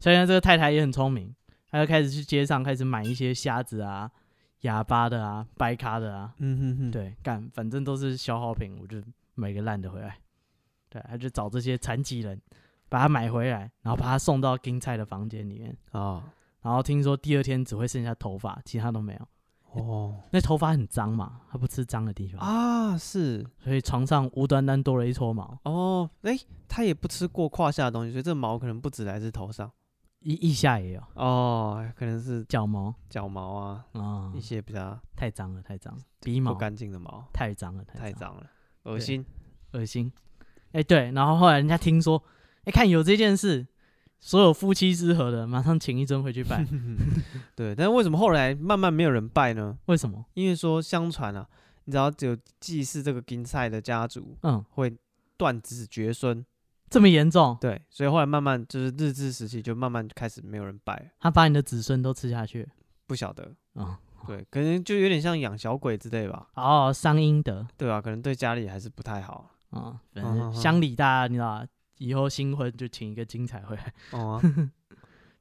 所以呢，这个太太也很聪明，她就开始去街上开始买一些虾子啊、哑巴的啊、白咖的啊，
嗯哼哼，，
对，干，反正都是消耗品，我就买个烂的回来。对，他就找这些残疾人，把它买回来，然后把它送到金菜的房间里面。
啊，
然后听说第二天只会剩下头发，其他都没有。
哦
那头发很脏嘛，他不吃脏的地方，
啊是
所以床上无端端多了一撮毛，
哦，哎、他也不吃过胯下的东西，所以这毛可能不止来自头上
腋腋下也有
哦，可能是
脚毛
脚毛啊，
啊、
一些比较
太脏了，太脏了，鼻
不
毛
干净的毛，
太脏了，
太
太脏了，
脏了，恶
对
心。
恶心。哎，对，然后后来人家听说，哎，看有这件事，所有夫妻之和的马上请一尊回 去拜，
对，但是为什么后来慢慢没有人拜呢？
为什么？
因为说相传啊，你只要有祭祀这个金菜的家族，
嗯，
会断子绝孙。
这么严重？
对，所以后来慢慢就是日治时期，就慢慢开始没有人拜了，
他把你的子孙都吃下去
不晓得。
啊、
对，可能就有点像养小鬼之类吧，
哦，伤阴德
对啊吧、可能对家里还是不太好。
啊，反
嗯嗯
正
嗯
乡里大家你知道吧，以后新婚就请一个金彩回来，
哦、啊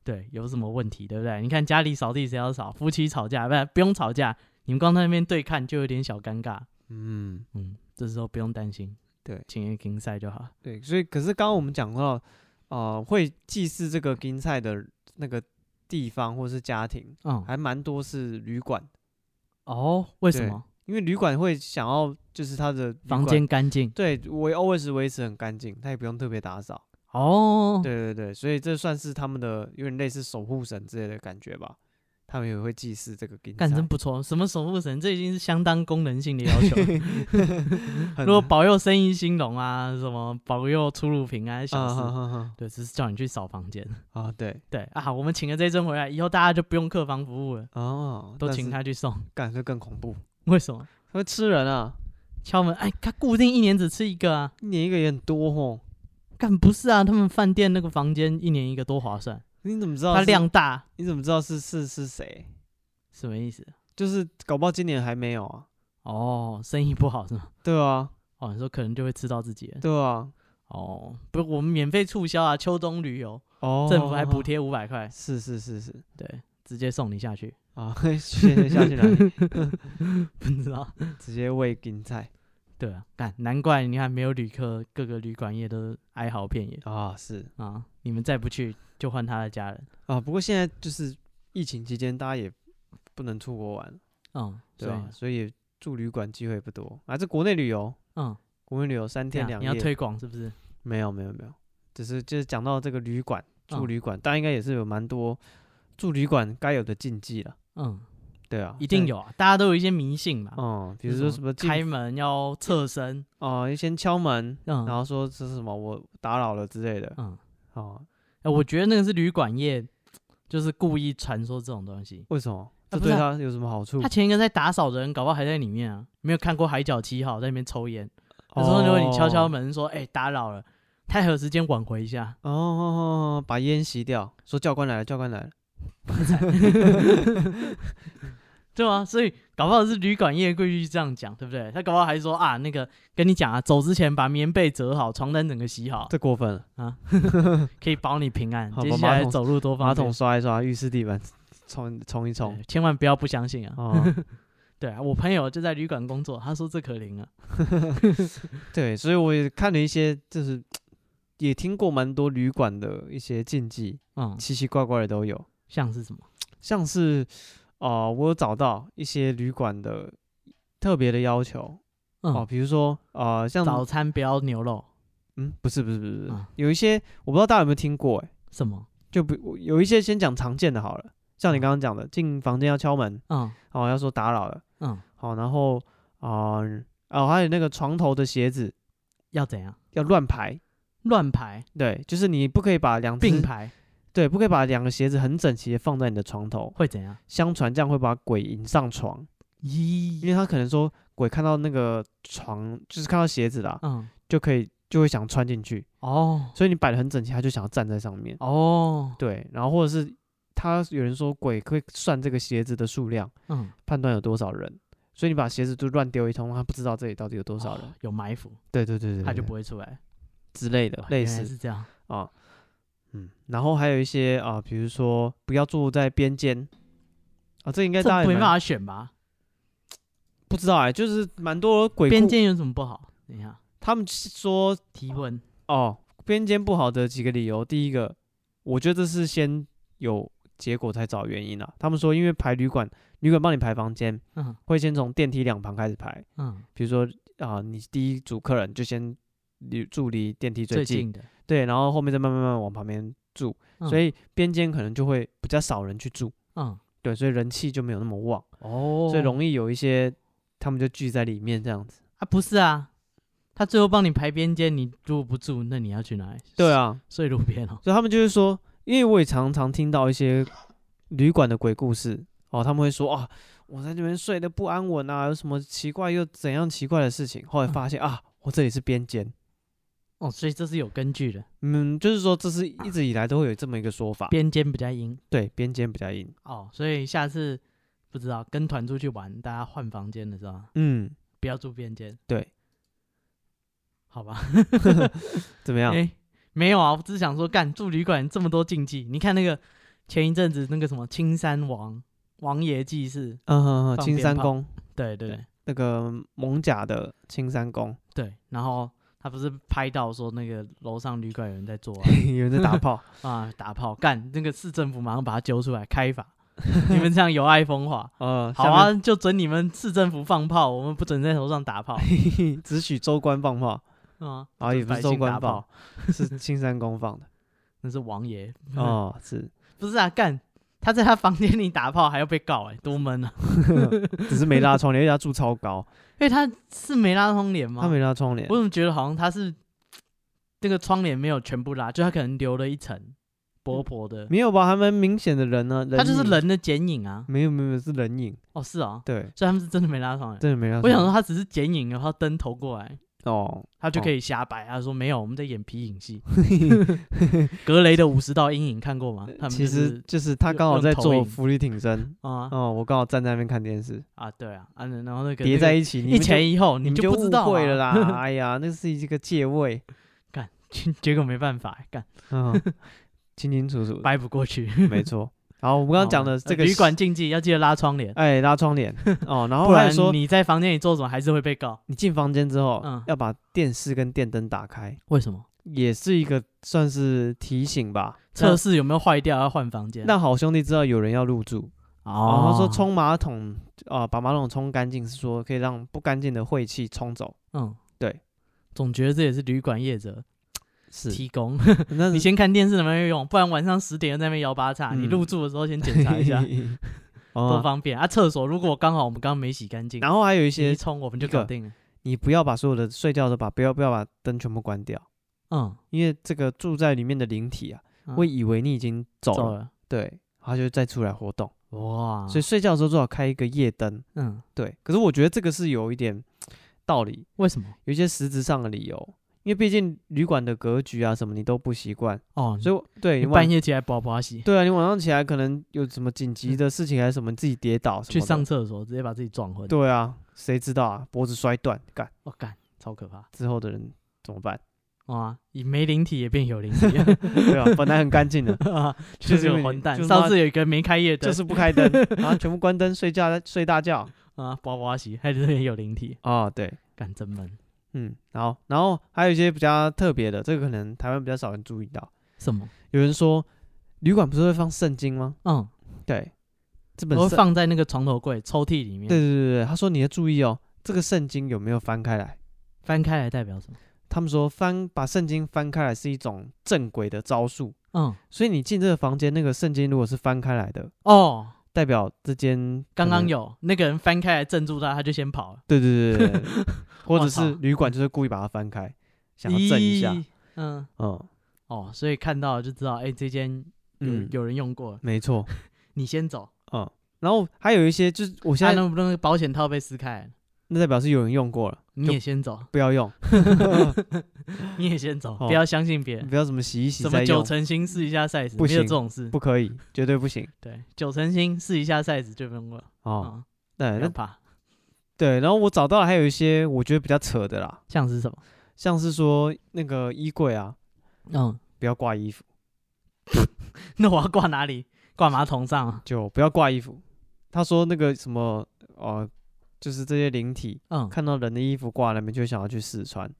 对，有什么问题对不对？你看家里扫地谁要扫，夫妻吵架不然不用吵架，你们光在那边对看就有点小尴尬，
嗯，
嗯，这时候不用担心，
对
请一个金赛就好了，
对，所以可是刚刚我们讲到，呃，会祭祀这个金菜的那个地方或是家庭，
嗯，
还蛮多是旅馆，
哦，为什
对
么？
因为旅馆会想要就是它的旅
房
馆
间干净
对，我 always 维持很干净，他也不用特别打扫。
哦，
对对对，所以这算是他们的有点类似守护神之类的感觉吧。他们也会祭祀这个金
干
菜
真，不错，什么守护神，这已经是相当功能性的要求了。
很啊
如果保佑生意兴隆啊，什么保佑出入平安小
啊
事，
哈哈哈
对，只是叫你去扫房间。
啊，对
对啊，我们请了这一尊回来，以后大家就不用客房服务了，
哦，
都
但
请
是
他去送。
干这更恐怖，
为什么？
他会吃人啊，
敲门，哎，他固定一年只吃一个啊？
一年一个也很多哦吼。
干不是啊，他们饭店那个房间一年一个多划算，
你怎么知道
它
是？
量大
你怎么知道是是是谁？
什么意思？
就是搞不好今年还没有啊。
哦，生意不好是吗？
对啊，
哦，你说可能就会吃到自己人。
对啊，
哦，不是，我们免费促销啊，秋冬旅游，
哦，
政府还补，贴五百块，
是是是是
对，直接送你下去。
啊， 谢谢下去哪 里？
不知道，
直接喂金菜
对啊，干，难怪你看没有旅客，各个旅馆业都哀嚎遍野
啊，是
啊！你们再不去，就换他的家人，
啊，不过现在就是疫情期间，大家也不能出国玩，
嗯，
对
所以
吧？所以住旅馆机会也不多。啊，这国内旅游，
嗯，
国内旅游三
这
天
样
两
啊你要
夜，
推广是不是？
没有没有没有，只是就是讲到这个旅馆住
嗯
旅馆，大家应该也是有蛮多住旅馆该有的禁忌了，
嗯，
对啊，
一定
有，
有啊，大家都有一些迷信嘛，
嗯，比如
就是
说
什
什么进
开门要侧身，
哦，先敲门，
嗯
然后说这是什么我打扰了之类的，
嗯，
哦，
哎，我觉得那个是旅馆业，就是故意传说这种东西，
为什么？这
不
对
是啊
他有什么好处
他？前一个在打扫的人，搞不好还在里面啊，没有看过海角七号在那边抽烟。有时候如果你敲敲门说，哎、打扰了，他还有时间挽回一下。
哦，哦哦哦，哦把烟吸掉，说教官来了，教官来了，
对啊，所以搞不好是旅馆业规矩这样讲，对不对？他搞不好还说啊，那个跟你讲啊，走之前把棉被折好，床单整个洗好，
这过分了。
可以保你平安。
好
接
把
下
马
来
桶
走路多
马
方便
桶刷一刷，浴室地板冲冲一冲
对。千万不要不相信啊。
哦，
对啊，我朋友就在旅馆工作，他说这可灵啊。
对，所以我也看了一些，就是也听过蛮多旅馆的一些禁忌，
嗯，
奇奇怪怪的都有。
像是什么？
像是哦、呃我有找到一些旅馆的特别的要求
嗯，
哦，比如说呃，像
早餐不要牛肉，
嗯，不是不是不是不是，
啊
有一些我不知道大家有没有听过、欸，
什么？
就不有一些先讲常见的好了，像你刚刚讲的，进房间要敲门，
嗯
哦，要说打扰了，
嗯，
好、然后啊、呃哦，还有那个床头的鞋子
要怎样？
要乱排。
乱排、
对，就是你不可以把两只
并排
对，不可以把两个鞋子很整齐的放在你的床头。
会怎样？
相传这样会把鬼引上床，因
咦，
为他可能说鬼看到那个床，就是看到鞋子啦，
嗯，
就可以就会想穿进去，
哦
所以你摆的很整齐，他就想要站在上面。
哦，
对，然后或者是他有人说鬼会算这个鞋子的数量，
嗯，
判断有多少人，所以你把鞋子就乱丢一通，他不知道这里到底有多
多
少人。
有埋伏，
对对对对，
哦他就
对
不会出来。
之类的，类
原来
似
是这样。
啊，嗯，然后还有一些啊，比如说不要坐在边间啊，这应该
这
大家
没
也
办
蛮
法选吧？
不知道哎、就是蛮多鬼
边
故，
间有什么不好？等一下，
他们是说
提问。
哦，边间不好的几个理由，第一个，我觉得这是先有结果才找原因啊。他们说，因为排旅馆，旅馆帮你排房间，
嗯
会先从电梯两旁开始排，
嗯，
比如说啊、你第一组客人就先离住离电梯
最
近，
近的，
对，然后后面再慢慢慢慢往旁边住，
嗯
所以边间可能就会比较少人去住，
嗯，
对，所以人气就没有那么旺，
哦
所以容易有一些他们就聚在里面这样子。
啊，不是啊，他最后帮你排边间，你如果不住，那你要去哪里？
对，啊，
睡路边哦。
所以他们就是说，因为我也常常听到一些旅馆的鬼故事哦，他们会说啊，我在这边睡得不安稳啊，有什么奇怪又怎样奇怪的事情，
嗯
后来发现啊，我这里是边间，
哦，所以这是有根据的，
嗯，就是说这是一直以来都会有这么一个说法，
边间比较阴
对，边间比较硬，
哦，所以下次不知道跟团出去玩，大家换房间的时候
嗯，
不要住边间，
对，
好吧？
怎么
哎、
样？
没有啊，我只是想说，干住旅馆这么多禁忌，你看那个前一阵子那个什么青山王王爷祭祀，
嗯哼哼，
放
青
鞭
山
炮
宫
对对
对
对
那个蒙甲的青山 宫，
对，然后他不是拍到说那个楼上旅馆有人 在做、啊。
有人在打炮，
啊，打炮干，那个市政府马上把他揪出来开罚， 你们这样有碍 风化。
呃，
好啊，就准你们市政府放炮，我们不准在头 上打炮
下面，只许州官放炮，
啊，
啊，也不
百
是州
姓打
官放
炮，，
是青山宫 放的，
那是王爷。
哦，是。
不是啊，干，他在他房间里打炮还要被告、哎，多闷啊！
只是没拉窗帘，而且他住超 高，
因为他是没拉窗帘吗？
他没拉窗帘
我，怎么觉得好像他是这个窗帘没有全部拉，就他可能留了一层薄薄的，
没有吧？还蛮明显的人呢、人
他就是
影，
人的剪影啊。
没有没有没有是人影，
哦，是啊，
对，
所以他们是真的没拉窗帘。
真的没拉窗
我
帘。
想说他只是剪影，然后灯投过来，
哦，
他就可以瞎掰。他说没有，我们在演皮 影戏。 格雷的五十道阴影看过吗？他们
呃其实
就是
就是他
用
刚好
用
在
投
做
影
浮力挺 身，
啊
哦，我刚好站在那边看电视，
啊，对啊啊，然后那个
叠
那
在
个
一起，你
一
们就
前一后，
你
你
们
就
就
不知道
误会了
啊。
啦。哎呀，那是一个借位，
结果没办法，干
嗯，清清楚楚，
掰不过去。
没错。好，我们刚刚讲的
好呃
这个
旅馆，禁忌要记得拉窗帘，
哎，拉窗 帘哦，然后
不
还
然
有说
你在房间里做什么还是会被告。
你进房间之后
嗯
要把电视跟电灯打开，
为什么？
也是一个算是提醒吧，
测试有没有坏掉要换房间？
让好兄弟知道有人要入住。然
哦
后说冲马桶啊、把马桶冲干净，是说可以让不干净的晦气冲走。
嗯
对，
总觉得这也是旅馆业者
是，
提供。
那
你先看电视能不能用，不然晚上十点又在那边摇八叉，你
嗯
入住的时候先检查一下。多
哦、
方便啊！厕所如果刚好我们刚刚没洗干净，
然后还有一
洗一
些，
冲我们就
一个
搞定了。
你不要把所有的睡觉的时候把不要不要把灯全部关掉，
嗯，
因为这个住在里面的灵体啊，
嗯
会以为你已经走了，
走了。啊
对，他就再出来活动。
哇，
所以睡觉的时候最好开一个夜灯。
嗯，
对，可是我觉得这个是有一点道理，
为什么？
有一些实质上的理由，因为毕竟旅馆的格局啊什么你都不习惯，
哦，
所以我对
你
晚
半夜起来保保洗，
对啊，你晚上起来可能有什么紧急的事情还是什么，你自己跌倒什
去
么的
上厕所直接把自己撞昏，
对啊，谁知道啊？脖子摔断，干
我干，超可怕。
之后的人怎么办？
哇，以没灵体也变有灵体了，
对啊，本来很干净的，
就是
因为
有
你
混
就
蛋。
是
上
妈
次有一个没开业
就
的，
是不开 灯，然后全部关灯睡觉睡大觉。
啊，保保洗，还是有灵体，
哦，对，
干真闷。
嗯，然后然后还有一些比较特别的，这个可能台湾比较少人注意到。
什么？
有人说，旅馆不是会放圣经吗？
嗯，
对，这本
我会
圣
放在那个床头柜抽屉里面。
对对对对，他说你要注意哦，这个圣经有没有翻开来？
翻开来代表什么？
他们说翻把圣经翻开来是一种正轨的招数，
嗯，
所以你进这个房间，那个圣经如果是翻开来的，
哦，
代表这间可
刚刚
能，
有那个人翻开来镇住他，他就先跑了，
对对对对 对，或者
我操
是旅馆就是故意把它翻开，想要震一下，
咦。嗯，
嗯
哦，所以看到就知道，哎，这间有
嗯，
有人用过，
没错，
你先走。
嗯，然后还有一些就是我现
啊，
在
能不能保险套被撕开？
那代表是有人用过了，
你也先走，
不要 用，
你也先走，
哦
不要相信别人。
不要什么洗一洗
什
再
么九
用，
成新试一下 size，
不
没有
行
这种事。
不可以，绝对不行
对，九成新试一下 size 就不用了。
哦。
啊，
对，
不
那
要怕。
对，然后我找到了还有一些我觉得比较扯的啦，
像是什么？
像是说那个衣柜啊，
嗯，
不要挂衣服，
那我要挂哪里？挂马桶上啊。
就不要挂衣服。他说那个什么哦、呃就是这些灵体
嗯
看到人的衣服挂那边，就想要去试穿。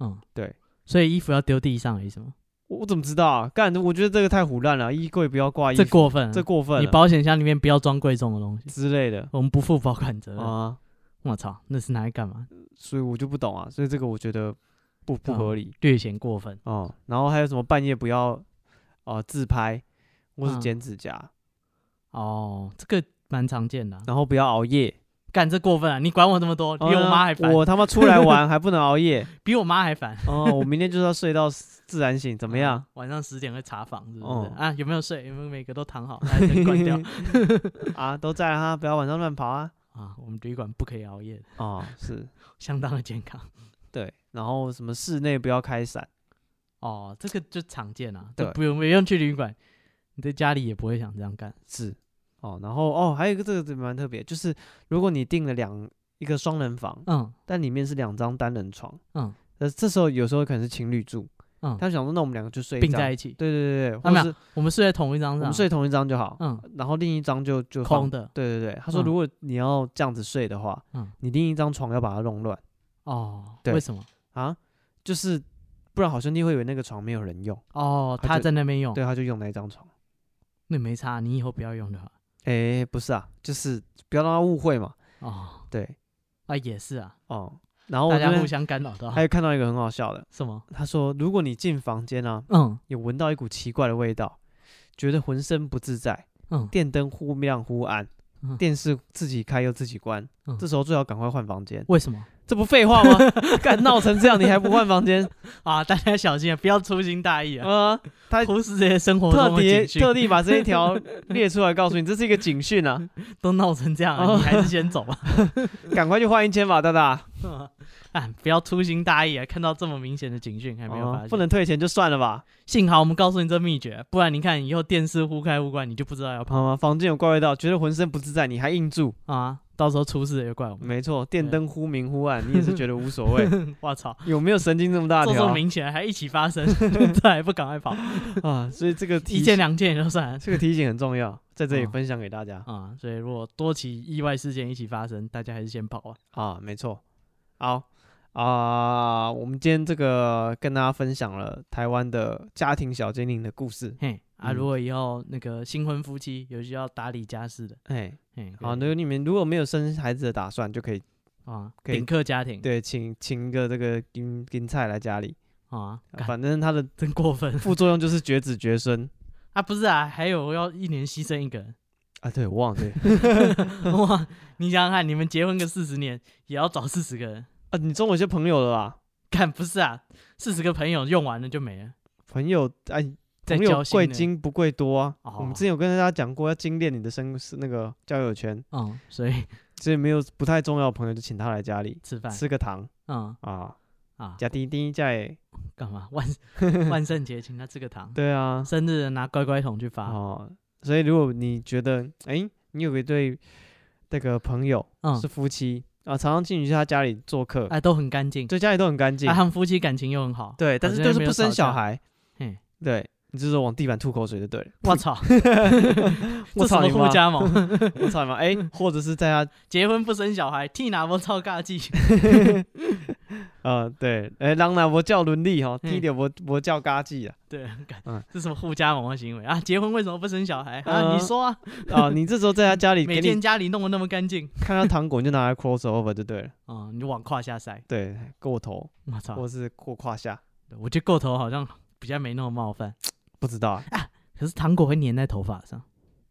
嗯，
对。
所以衣服要丢地上，有什么？
我我怎么知道啊？干，我觉得这个太胡乱了，衣柜不要啊挂衣服，
这过分了，
这过分
你
了
保险箱里面不要装贵重的东西，
之类的
我们不负保管责任。
啊，
我操，那是拿来干嘛？
所以我就不懂啊，所以这个我觉得不不
嗯
合理
略显过分。
哦、然后还有什么半夜不要啊、呃自拍或是
嗯
剪指甲，
哦，这个蛮常见的啊。
然后不要熬夜。哦
干，这过分啊哦了，你管我这么多，比我妈还烦，
哎我他妈出来 玩还不能熬夜
比我妈还烦。
哦！我明天就是要睡到自然醒，怎么样
嗯？？晚上十点会查房，是不是
哦？
啊，有没有睡？有没有每个都躺好？来，灯 关掉嗯
啊，都在哈，不要晚上乱跑啊！
啊！我们旅馆不可以熬夜的，
哦，是
相当的健康。
对，然后什么室内不要开伞，
哦，这个就常见啊，这
对
不用不用去旅馆，你在家里也不会想这样干。
是哦，然后哦，还有一个这个蛮特别，就是如果你订了两一个双人房，
嗯
但里面是两张单人床，
嗯
呃，这时候有时候可能是情侣住，
嗯，
他想说那我们两个就睡一
并
张，
在
对
一起，
对对对，
啊
或
没有
是
我们睡在同一张
我
上，
们睡同一张就好，
嗯
然后另一张就就放
空的
对对对，他说
嗯
如果你要这样子睡的话，
嗯
你另一张床要把它弄乱
哦，
对
为什么？
啊，就是不然好兄弟会以为那个床没有人用，
哦，
他
他
就
在那边用，
对，他就用那一张床。
那没差，你以后不要用就好。
哎、不是啊，就是不要让他误会嘛。
哦，
对，
啊也是啊，
哦、然后我
大
这
家互
边
相干扰到
还有看到一个很好笑的，
什么？
他说如果你进房间啊，
嗯
有闻到一股奇怪的味道，觉得浑身不自在，
嗯，
电灯忽亮忽暗
嗯。
电视自己开又自己关，
嗯
这时候最好赶快换房间。
为什么
这不废话 吗？干闹成这样，你还不换房间？
啊？大家小心啊，不要粗心大意啊，
啊，他
忽视这些生活
特
中的
别
警讯
特。地把这一条列出来，告诉你这是一个警讯 啊，
都闹成这样了，
哦
你 还是先走吧。
赶快去换一间吧，大大。
啊，不要粗心大意啊！看到这么明显的警讯还没有发
哦
现，
不能退钱就算了吧。
幸好我们告诉你这秘诀，不然你看以后电视忽开忽关，你就不知道要跑
好吗？房间有怪味道，觉得浑身不自在，你还硬住。
啊！到时候出事了就怪我们。
没错，电灯忽明忽暗，你也是觉得无所谓。
我操，
有没有神经这么大
做
条
这么
啊
明显还一起发生，这还不赶快跑？
啊？所以这个 提
一
醒，
件两件也就算了
这个提醒很重要，在这里
嗯
分享给大家
啊。所以如果多起意外事件一起发生，大家还是先跑啊。
啊。没错，好啊，我们今天这个跟大家分享了台湾的家庭小精灵的故事。
嘿啊，
嗯
如果以后那个新婚夫妻有需要打理家事的，
哎，
嘿，可以
好，那你们如果没有生孩子的打算，就可以
啊，
可以
顶客家庭，
对，请请一个这个金金菜来家里，
啊，干
反正它的
真过分
副作用就是绝子绝孙
啊！不是啊，还有要一年牺牲一个 人。
啊。对，我忘了对
哇，你想想看，你们结婚个四十年，也要找四十个人？
啊，你中有些朋友了啦，
干不是啊，四十个朋友用完了就没了。
朋友哎，
在
朋
交
友
心
贵
的
精不贵多啊。我
哦
们之前有跟大家讲过，要精炼你的生那个交友圈，
嗯，所以
所以没有不太重要的朋友就请他来家里
吃饭，
吃个糖
嗯
啊，
啊，
加滴滴加也
干嘛 万 万圣节请他吃个糖，
对啊，
生日拿乖乖桶去发，
哦，所以如果你觉得哎、你有一对那个朋友
嗯
是，夫妻啊，常常进去他家里做客，
哎，都很干净，
对家里都很干净啊
啊，，他们夫妻感情又很好，
对，但
好
是就
像
是
没
不
有
生
吵
小
架，
孩，
嘿，
对，你就是往地板吐口水就对了。
我操，
我
这
操
什么
你
互
妈！
加 盟？
我操你妈！ 哎，或者是在他
结婚不生小孩，替哪波操尬技？
呃，对，哎，人若无照伦理哦吼，
嗯
天着无无照家己啊！
对，干
嗯
这什么互加盟的行为啊？结婚为什么不生小孩啊？
呃
你说啊，
啊，你这时候在他家里
每
给
天
你
家里弄得那么干净，
看到糖果，你就拿来 cross over 就对了。
哦，你就往胯下塞，
对，过头啊
我操
或，是过胯
啊
下，
我觉得过头好像比较没那么冒犯，
不知道啊，
可是糖果会粘在头发上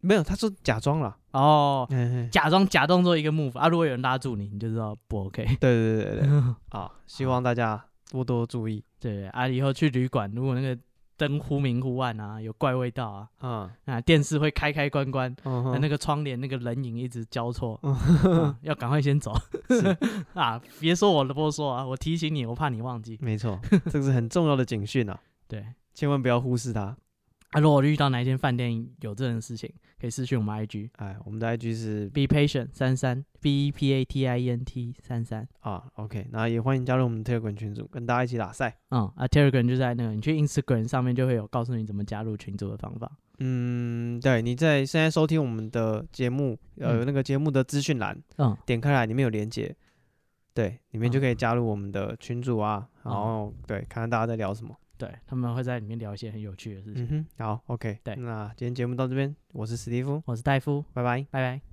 没有，他说假装啦。
哦。
嘿嘿
假装假动作一个 move 啊，如果有人拉住你，你就知道不 OK。
对对对对 对，啊，希望大家多多注意。
对啊，以后去旅馆，如果那个灯忽明忽暗啊，有怪味道啊，
嗯，
啊，电视会开开关关，
嗯
啊
哼
那个窗帘那个人影一直交错，
嗯
啊要赶快先走 啊！别说我啰嗦啊，我提醒你，我怕你忘记。
没错，这个是很重要的警 讯啊，
对
千万不要忽视它。
啊，如果遇到哪一间饭店有这种事情，可以私讯我们 IG
哎，我们的 IG 是
be patient 三三 b e p a t i e n t 三三。
啊，OK，那也欢迎加入我们的 Telegram 群组，跟大家一起打赛。
嗯啊，Telegram 就在那个，你去 Instagram 上面就会有告诉你怎么加入群组的方法。
嗯，对，你在现在收听我们的节目，呃，
嗯
有那个节目的资讯栏，
嗯，
点开来里面有连接，对，里面就
嗯
可以加入我们的群组啊，然
嗯
后对，看看大家在聊什么。嗯
对他们会在里面聊一些很有趣的事情。
嗯哼，好，OK，
嗯对
那今天节目到这边，我是史蒂夫，
我是戴夫，
拜拜。
拜拜。